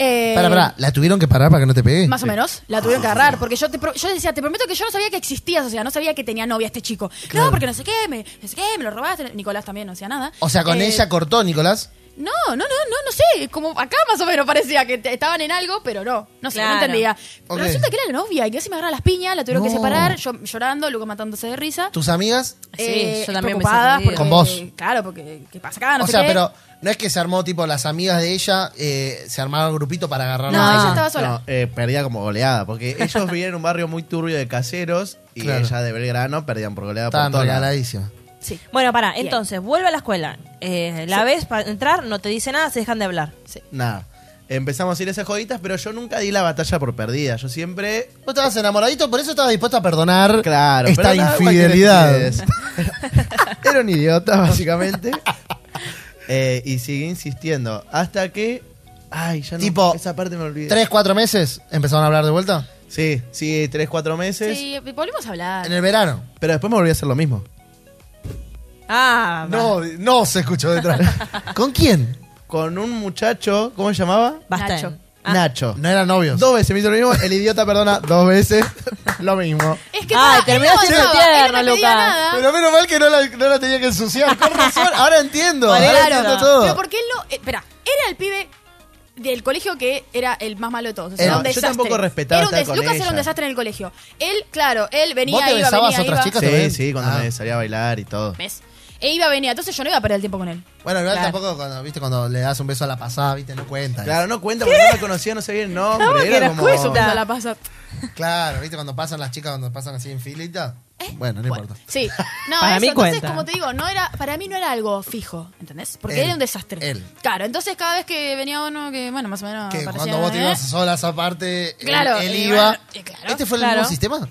Speaker 5: Eh,
Speaker 2: Para, para, ¿la tuvieron que parar para que no te pegue?
Speaker 5: Más o menos, la tuvieron que agarrar, porque yo te pro- yo decía, te prometo que yo no sabía que existías, o sea, no sabía que tenía novia este chico. No, porque no sé qué, me, no sé qué, me lo robaste. Nicolás también no hacía nada.
Speaker 2: O sea, con
Speaker 5: Eh,
Speaker 2: ella cortó, Nicolás.
Speaker 5: No, no, no, no, no sé. Como acá más o menos parecía que te- estaban en algo, pero no. No sé, no
Speaker 6: Claro.
Speaker 5: entendía.
Speaker 2: Ok.
Speaker 5: Resulta que era la novia y que se me agarra las piñas, la tuvieron que
Speaker 2: No.
Speaker 5: separar, yo llorando, Lucas matándose de risa.
Speaker 2: ¿Tus amigas?
Speaker 6: Sí, yo también me
Speaker 5: preocupadas
Speaker 6: sentí.
Speaker 5: porque-
Speaker 2: Con vos.
Speaker 5: Claro, porque ¿qué pasa acá? Ah, No
Speaker 2: o
Speaker 5: sé
Speaker 2: sea,
Speaker 5: qué.
Speaker 2: pero no es que se armó tipo las amigas de ella, eh, se armaron grupito para agarrar
Speaker 5: No,
Speaker 2: a
Speaker 5: ella
Speaker 2: ella.
Speaker 5: estaba sola.
Speaker 4: No, eh, perdía como goleada, porque ellos vivían en un barrio muy turbio de caseros y
Speaker 2: Claro.
Speaker 4: ella de Belgrano perdían por goleada
Speaker 2: Estaban
Speaker 4: por todo.
Speaker 2: regaladísimas.
Speaker 5: Sí.
Speaker 6: Bueno, pará,
Speaker 5: Bien.
Speaker 6: entonces, vuelve a la escuela. Eh, la ves para entrar, no te dice nada, se dejan de hablar.
Speaker 4: Nada. Empezamos a ir a esas joditas, pero yo nunca di la batalla por perdida. Yo siempre.
Speaker 2: Vos estabas enamoradito, por eso estabas dispuesto a perdonar
Speaker 4: Claro,
Speaker 2: esta
Speaker 4: pero nada,
Speaker 2: infidelidad.
Speaker 4: cualquiera de ustedes. Era un idiota, básicamente. Eh, y sigue insistiendo. Hasta que. Ay, ya no.
Speaker 2: Tipo,
Speaker 4: esa parte me olvidé.
Speaker 2: ¿Tres, cuatro meses? ¿Empezaron a hablar de vuelta?
Speaker 4: Sí, sí, tres, cuatro meses.
Speaker 5: Sí, volvimos a hablar.
Speaker 2: En el verano.
Speaker 4: Pero después me volví a hacer lo mismo.
Speaker 6: Ah, va.
Speaker 2: no se escuchó detrás. ¿Con quién?
Speaker 4: Con un muchacho, ¿cómo se llamaba?
Speaker 6: basta.
Speaker 5: Nacho.
Speaker 6: Ah.
Speaker 4: Nacho.
Speaker 2: No eran novios.
Speaker 4: Dos veces me hizo lo mismo. El idiota perdona dos veces lo mismo.
Speaker 5: Es que
Speaker 6: Ay,
Speaker 5: pará, él
Speaker 6: terminaste
Speaker 5: no
Speaker 6: siendo
Speaker 5: avanzaba,
Speaker 6: tierno,
Speaker 5: él no me pedía
Speaker 6: Luca.
Speaker 5: nada.
Speaker 2: Pero menos mal que no la, no la tenía que ensuciar. Con razón, ahora entiendo.
Speaker 5: Por
Speaker 2: Ahora
Speaker 5: claro.
Speaker 2: entiendo todo.
Speaker 5: Pero porque él no. eh, Espera, era el pibe del colegio que era el más malo de todos. O sea,
Speaker 2: Era-
Speaker 5: era un
Speaker 4: yo
Speaker 5: desastre.
Speaker 4: tampoco respetaba
Speaker 5: Era un
Speaker 4: estar
Speaker 5: des-
Speaker 4: con
Speaker 5: Lucas
Speaker 4: ella.
Speaker 5: era un desastre en el colegio. Él, claro, él venía,
Speaker 2: ¿Vos te
Speaker 5: iba,
Speaker 2: besabas
Speaker 5: venía,
Speaker 2: a otras
Speaker 5: iba.
Speaker 2: chicas?
Speaker 4: Sí,
Speaker 2: también?
Speaker 4: sí, cuando
Speaker 2: Ah.
Speaker 4: me salía a bailar y todo.
Speaker 5: ¿Ves? E iba, venía. Entonces yo no iba a perder el tiempo con él.
Speaker 2: Bueno, igual
Speaker 5: Claro.
Speaker 2: tampoco cuando, viste, cuando le das un beso a la pasada, viste, no cuenta.
Speaker 4: Claro, no cuenta porque no la conocía, no sabía el nombre.
Speaker 5: que
Speaker 4: Era
Speaker 5: no
Speaker 4: como.
Speaker 5: fue eso cuando la pasa.
Speaker 2: Claro, viste, cuando pasan las chicas, cuando pasan así en filita.
Speaker 5: ¿Eh?
Speaker 2: Bueno, no importa.
Speaker 5: Sí. No,
Speaker 6: Para
Speaker 5: eso,
Speaker 6: mí
Speaker 5: entonces,
Speaker 6: cuenta.
Speaker 5: como te digo, no era, para mí no era algo fijo, ¿entendés? Porque
Speaker 2: Él,
Speaker 5: era un desastre.
Speaker 2: él.
Speaker 5: Claro, entonces cada vez que venía uno que, bueno, más o menos.
Speaker 2: que
Speaker 5: parecía,
Speaker 2: cuando vos te
Speaker 5: ¿eh?
Speaker 2: ibas solas aparte, él-
Speaker 5: Claro,
Speaker 2: él,
Speaker 5: y
Speaker 2: iba.
Speaker 5: bueno, y claro,
Speaker 2: ¿Este fue el
Speaker 5: claro.
Speaker 2: mismo sistema?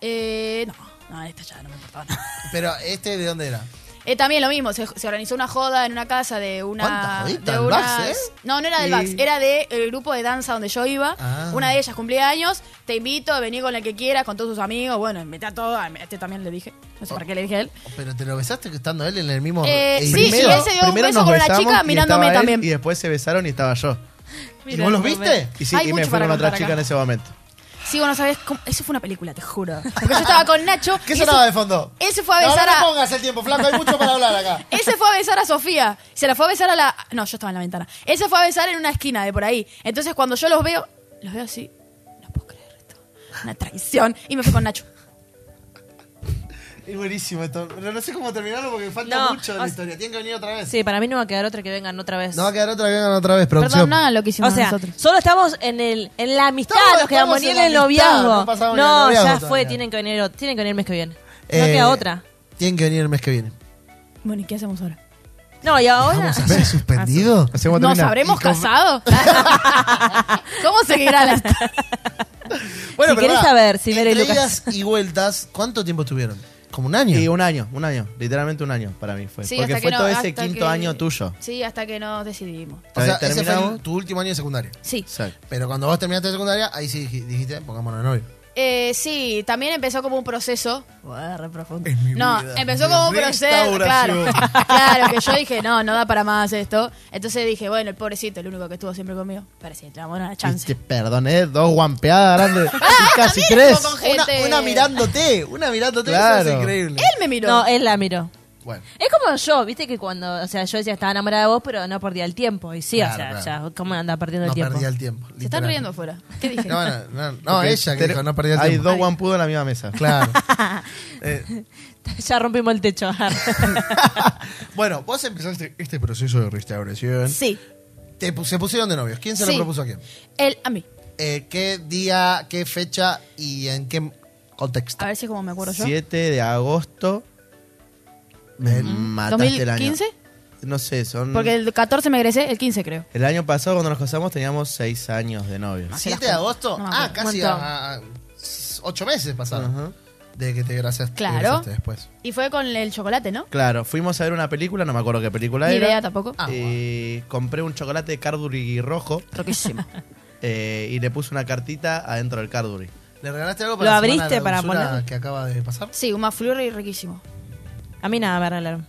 Speaker 5: Eh, no, no, esta ya no me importaba nada.
Speaker 2: Pero, ¿este de dónde era?
Speaker 5: Eh, también lo mismo, se, se organizó una joda en una casa de
Speaker 2: ¿Cuántas
Speaker 5: una.
Speaker 2: joditas
Speaker 5: de
Speaker 2: del
Speaker 5: unas-
Speaker 2: Vax, eh?
Speaker 5: No, no era del
Speaker 4: Y-
Speaker 5: Vax, era del grupo de danza donde yo iba.
Speaker 2: Ah.
Speaker 5: Una de ellas cumplía años, te invito, vení con el que quieras, con todos tus amigos, bueno, invita a todo, a este también le dije, no sé para qué le dije a él.
Speaker 2: Pero te lo besaste que estando él en el mismo.
Speaker 5: Eh, sí,
Speaker 2: edificio?
Speaker 5: sí, él se dio un
Speaker 4: primero
Speaker 5: beso
Speaker 4: nos
Speaker 5: con una
Speaker 4: besamos
Speaker 5: chica
Speaker 4: y
Speaker 5: mirándome
Speaker 4: estaba él,
Speaker 5: también.
Speaker 4: Y después se besaron y estaba yo.
Speaker 2: ¿Y vos los viste?
Speaker 4: Y sí,
Speaker 5: Hay
Speaker 4: y me
Speaker 5: mucho
Speaker 4: fui
Speaker 5: para
Speaker 4: con otra
Speaker 5: contar
Speaker 4: chica
Speaker 5: acá.
Speaker 4: en ese momento.
Speaker 5: Sí, vos no sabés cómo- Eso fue una película, te juro. Porque yo estaba con Nacho.
Speaker 2: ¿Qué
Speaker 5: y
Speaker 2: sonaba de
Speaker 5: ese-
Speaker 2: fondo?
Speaker 5: Él se fue a
Speaker 2: No,
Speaker 5: besar
Speaker 2: no,
Speaker 5: a-
Speaker 2: me pongas el tiempo, flaco, hay mucho para hablar acá.
Speaker 5: Él se fue a besar a Sofía. Se la fue a besar a la. No, yo estaba en la ventana. Él se fue a besar en una esquina de por ahí. Entonces cuando yo los veo, los veo así. No puedo creer esto. Una traición. Y me fui con Nacho.
Speaker 2: Es buenísimo esto. Pero no sé cómo terminarlo porque falta
Speaker 6: No,
Speaker 2: mucho de
Speaker 6: o
Speaker 2: la
Speaker 6: sea-
Speaker 2: historia. Tienen que venir otra vez.
Speaker 6: Sí, para mí no va a quedar otra que vengan otra vez.
Speaker 2: No va a quedar otra vez, otra vez, producción.
Speaker 5: Perdón, nada lo
Speaker 6: o
Speaker 5: que hicimos
Speaker 6: sea,
Speaker 5: nosotros.
Speaker 6: solo estamos en el en la amistad,
Speaker 2: Estamos-
Speaker 6: nos quedamos ni en
Speaker 2: estamos en
Speaker 6: el
Speaker 2: la amistad, no
Speaker 6: noviazgo.
Speaker 2: pasamos
Speaker 6: No,
Speaker 2: ni al noviazgo
Speaker 6: ya fue,
Speaker 2: todavía.
Speaker 6: tienen que venir, o- tienen que venir el mes que viene. No
Speaker 2: Eh,
Speaker 6: queda otra.
Speaker 2: Tienen que venir el mes que viene.
Speaker 5: Bueno, ¿y qué hacemos ahora?
Speaker 6: No, y ahora
Speaker 2: ¿Vamos a ser suspendido?
Speaker 4: Hacemos
Speaker 5: ¿Nos
Speaker 4: terminar.
Speaker 5: habremos
Speaker 2: Y con-
Speaker 5: casado? ¿Cómo seguirá la historia?
Speaker 6: Si querés
Speaker 2: pará,
Speaker 6: saber, si
Speaker 2: entre
Speaker 6: Vera y Lucas.
Speaker 2: idas y vueltas, ¿cuánto tiempo estuvieron? Como un año.
Speaker 4: Y un año, un año, literalmente un año para mí fue.
Speaker 5: Sí,
Speaker 4: Porque
Speaker 5: hasta
Speaker 4: fue
Speaker 5: que no,
Speaker 4: todo ese
Speaker 5: hasta
Speaker 4: quinto
Speaker 5: que-
Speaker 4: año tuyo.
Speaker 5: Sí, hasta que nos decidimos.
Speaker 2: o sea, ese fue
Speaker 4: terminamos.
Speaker 2: el- tu último año de secundaria.
Speaker 5: Sí.
Speaker 4: Exacto.
Speaker 2: Pero cuando vos terminaste de secundaria, ahí sí dij- dijiste, pongámonos de novio.
Speaker 5: Eh, sí, también empezó como un proceso.
Speaker 2: Es mi
Speaker 5: No,
Speaker 2: vida,
Speaker 5: empezó
Speaker 2: mi
Speaker 5: como un proceso. Claro,
Speaker 2: restauración.
Speaker 5: claro, que yo dije, no, no da para más esto. Entonces dije, bueno, el pobrecito, el único que estuvo siempre conmigo. Parecía que te damos una
Speaker 4: Y
Speaker 5: chance.
Speaker 4: te perdoné, dos guampeadas grandes.
Speaker 2: Ah,
Speaker 4: y casi
Speaker 5: también
Speaker 4: tres.
Speaker 5: estuvo con
Speaker 2: Una,
Speaker 5: Gente.
Speaker 2: una mirándote, una mirándote, eso
Speaker 4: Claro.
Speaker 2: es increíble.
Speaker 5: Él me miró.
Speaker 6: No, él la miró.
Speaker 2: Bueno,
Speaker 6: Es como yo, viste que cuando, o sea, yo decía estaba enamorada de vos, pero no perdía el tiempo. Y sí,
Speaker 2: Claro,
Speaker 6: o sea,
Speaker 2: claro.
Speaker 6: ya, ¿cómo anda perdiendo
Speaker 2: no
Speaker 6: el tiempo?
Speaker 2: perdía el tiempo.
Speaker 5: Se están
Speaker 2: literal.
Speaker 5: riendo afuera. ¿Qué dije?
Speaker 2: No, no, no, no,
Speaker 4: Porque
Speaker 2: ella que
Speaker 4: te-
Speaker 2: dijo, no perdía el
Speaker 4: Hay
Speaker 2: tiempo.
Speaker 4: dos guampudos en la misma mesa.
Speaker 2: Claro.
Speaker 6: ya rompimos el techo.
Speaker 2: Bueno, vos empezaste este proceso de restauración.
Speaker 5: Sí,
Speaker 2: Te, pu- se pusieron de novios. ¿Quién se lo
Speaker 5: Sí.
Speaker 2: propuso a quién?
Speaker 5: él a mí.
Speaker 2: Eh, ¿Qué día, qué fecha y en qué contexto?
Speaker 5: A ver si es como me acuerdo yo.
Speaker 4: 7 de agosto. Me
Speaker 2: Del-
Speaker 4: mataste el año.
Speaker 5: ¿2015?
Speaker 4: No sé, son.
Speaker 5: Porque el 14 me egresé, el 15 creo.
Speaker 4: El año pasado, cuando nos casamos, teníamos seis años de novios.
Speaker 2: 7 de agosto.
Speaker 5: No me
Speaker 2: ah,
Speaker 5: acuerdo.
Speaker 2: casi
Speaker 5: Un
Speaker 2: a,
Speaker 5: montón.
Speaker 2: a- ocho meses pasaron
Speaker 4: Ajá.
Speaker 2: de que te gracias
Speaker 5: Claro.
Speaker 2: después.
Speaker 5: Y fue con el chocolate, ¿no?
Speaker 4: Claro, fuimos a ver una película, no me acuerdo qué película
Speaker 5: Ni
Speaker 4: era.
Speaker 5: idea tampoco.
Speaker 2: Ah,
Speaker 4: Eh, compré un chocolate de Carduri rojo
Speaker 5: Riquísimo.
Speaker 4: eh, y le puse una cartita adentro del Carduri.
Speaker 2: ¿Le regalaste algo
Speaker 6: ¿Lo
Speaker 2: para la semana
Speaker 6: abriste
Speaker 2: de
Speaker 6: para
Speaker 2: dulzura
Speaker 6: poner?
Speaker 2: que acaba de pasar?
Speaker 5: Sí, un McFlurry riquísimo.
Speaker 6: a mí nada me regalaron.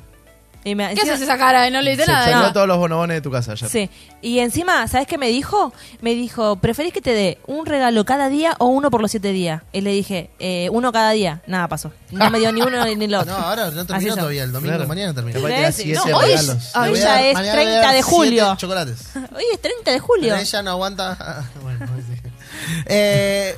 Speaker 6: Y me-
Speaker 5: ¿Qué
Speaker 6: encima-
Speaker 5: haces esa cara? No le
Speaker 4: Se
Speaker 5: dice nada.
Speaker 4: choreó
Speaker 5: ¿no?
Speaker 4: todos los bonobones de tu casa ayer.
Speaker 6: Sí. Y encima, ¿sabes qué me dijo? Me dijo, ¿preferís que te dé un regalo cada día o uno por los siete días? Y le dije, eh, uno cada día. Nada pasó. No me dio ni uno ni el otro.
Speaker 2: Ah, No, eh. ahora no
Speaker 6: Así
Speaker 2: terminó
Speaker 6: son.
Speaker 2: todavía. El domingo
Speaker 4: Claro.
Speaker 2: mañana termina.
Speaker 4: Capaz
Speaker 2: Le
Speaker 4: que te da
Speaker 6: Sí,
Speaker 4: siete
Speaker 6: no, hoy-
Speaker 4: regalos.
Speaker 6: hoy
Speaker 2: voy a
Speaker 6: ya
Speaker 2: dar- mañana le
Speaker 6: es
Speaker 2: voy a
Speaker 6: 30 de
Speaker 2: dar siete
Speaker 6: julio.
Speaker 2: chocolates.
Speaker 6: Hoy es 30 de julio.
Speaker 2: Pero ella no aguanta. Bueno, pues sí. Eh,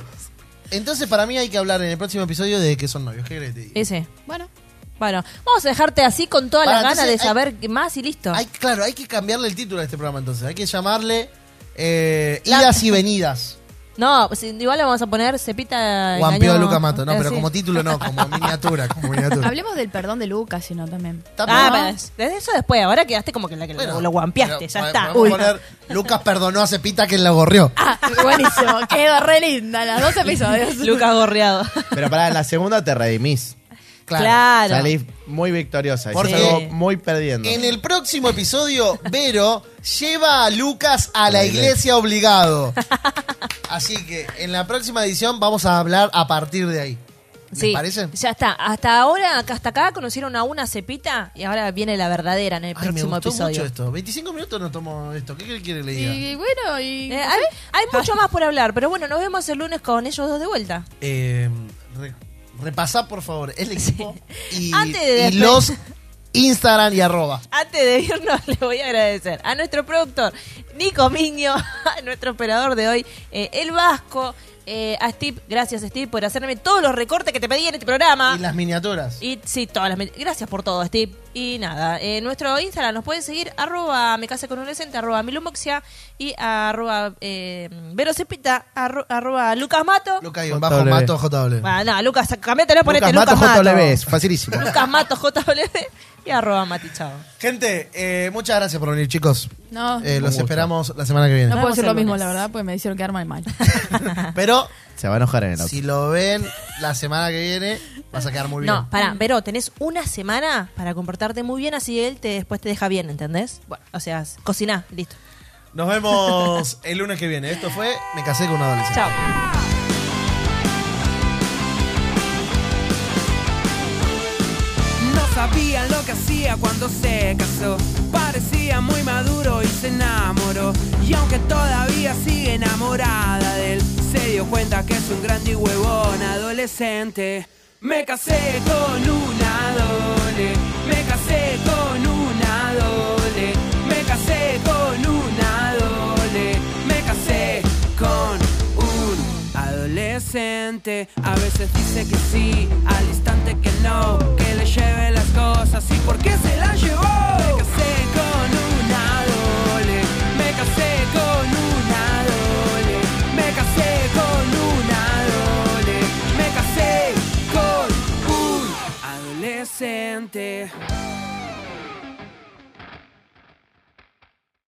Speaker 2: entonces, para mí hay que hablar en el próximo episodio de que son novios. ¿Qué crees que te diga?
Speaker 6: Ese.
Speaker 5: Bueno,
Speaker 6: Bueno, vamos a dejarte así con todas
Speaker 2: Para,
Speaker 6: las ganas de
Speaker 2: entonces, hay-
Speaker 6: saber más y listo.
Speaker 2: Hay, claro, hay que cambiarle el título a este programa entonces. Hay que llamarle eh, Idas y Venidas.
Speaker 6: No, pues, igual le vamos a poner cepita. Eh,
Speaker 2: Guampeó a
Speaker 6: engañó-
Speaker 2: Luca Mato. No, pero
Speaker 6: así.
Speaker 2: como título no, como miniatura. Como miniatura.
Speaker 5: hablemos del perdón de Lucas, sino también.
Speaker 2: Está
Speaker 6: Ah,
Speaker 2: bien.
Speaker 6: pero es- desde eso después, ahora quedaste como que la que
Speaker 2: Bueno,
Speaker 6: lo, lo guampeaste,
Speaker 2: pero
Speaker 6: ya
Speaker 2: po-
Speaker 6: está.
Speaker 2: podemos
Speaker 6: Uy.
Speaker 2: poner, Lucas perdonó a Cepita que la gorrió.
Speaker 5: Ah, buenísimo. Quedó re linda las dos episodios.
Speaker 6: Lucas gorreado.
Speaker 4: Pero para la segunda te redimís.
Speaker 2: Claro.
Speaker 6: Claro.
Speaker 4: Salís muy victoriosa. Y
Speaker 2: Porque-
Speaker 4: salgo muy perdiendo.
Speaker 2: En el próximo episodio, Vero lleva a Lucas a la iglesia obligado. Así que en la próxima edición vamos a hablar a partir de ahí. ¿Les
Speaker 6: Sí,
Speaker 2: parece?
Speaker 6: Ya está. Hasta ahora, acá- hasta acá conocieron a una cepita y ahora viene la verdadera en el
Speaker 2: Ay, me
Speaker 6: próximo
Speaker 2: gustó
Speaker 6: episodio.
Speaker 2: mucho esto. 25 minutos no tomo esto. ¿Qué quiere que le diga?
Speaker 5: Y bueno, y.
Speaker 6: Eh, hay, hay mucho más por hablar, pero bueno, nos vemos el lunes con ellos dos de vuelta.
Speaker 2: Eh, re- repasá, por favor, el equipo y,
Speaker 6: Antes de
Speaker 2: y los Instagram y arroba.
Speaker 6: Antes de irnos, le voy a agradecer a nuestro productor, Nico Miño, a nuestro operador de hoy, eh, El Vasco, eh, a Steve, gracias Steve por hacerme todos los recortes que te pedí en este programa.
Speaker 2: Y las miniaturas.
Speaker 6: Y sí, todas las... men- Gracias por todo, Steve. Y nada, eh, nuestro Instagram nos pueden seguir arroba me casa con un decente, arroba milumoxia y arroba eh, Vero Cepita, arro- arroba Lucas Mato.
Speaker 2: Lucas guión bajo mato JW.
Speaker 6: Ah, no, Lucas, cambiátelo, ponete
Speaker 4: Lucas
Speaker 6: Lucas Mato.
Speaker 4: Mato JW, es facilísimo.
Speaker 6: Lucas Mato JW y arroba Mati, chao.
Speaker 2: Gente, eh, muchas gracias por venir, chicos.
Speaker 5: No,
Speaker 2: Eh, los
Speaker 4: gusto.
Speaker 2: esperamos la semana que viene.
Speaker 5: no puedo
Speaker 6: vemos
Speaker 5: decir
Speaker 6: el
Speaker 5: lo mismo,
Speaker 6: lunes.
Speaker 5: la verdad, porque me hicieron quedar mal mal.
Speaker 2: Pero
Speaker 4: Se va a enojar en el auto.
Speaker 2: si lo ven la semana que viene, vas a quedar muy bien.
Speaker 6: No, pará, Vero, tenés una semana para comportarte muy bien, así él te, después te deja bien, ¿entendés? Bueno, o sea, cociná, listo.
Speaker 2: Nos vemos el lunes que viene. Esto fue Me casé con una adolescente.
Speaker 6: Chao.
Speaker 1: No sabía lo que hacía cuando se casó. Parecía muy maduro y se enamoró. Y aunque todavía sigue enamorada de él, se dio cuenta que es un grande y huevón adolescente. Me casé con una dole, me casé con una dole, me casé con una dole, me casé con un Adolescente, a veces dice que sí, al instante que no, que le lleve las cosas y por qué se las llevó. Me casé con una dole, me casé con una dole, me casé con una dole, me casé con un adolescente.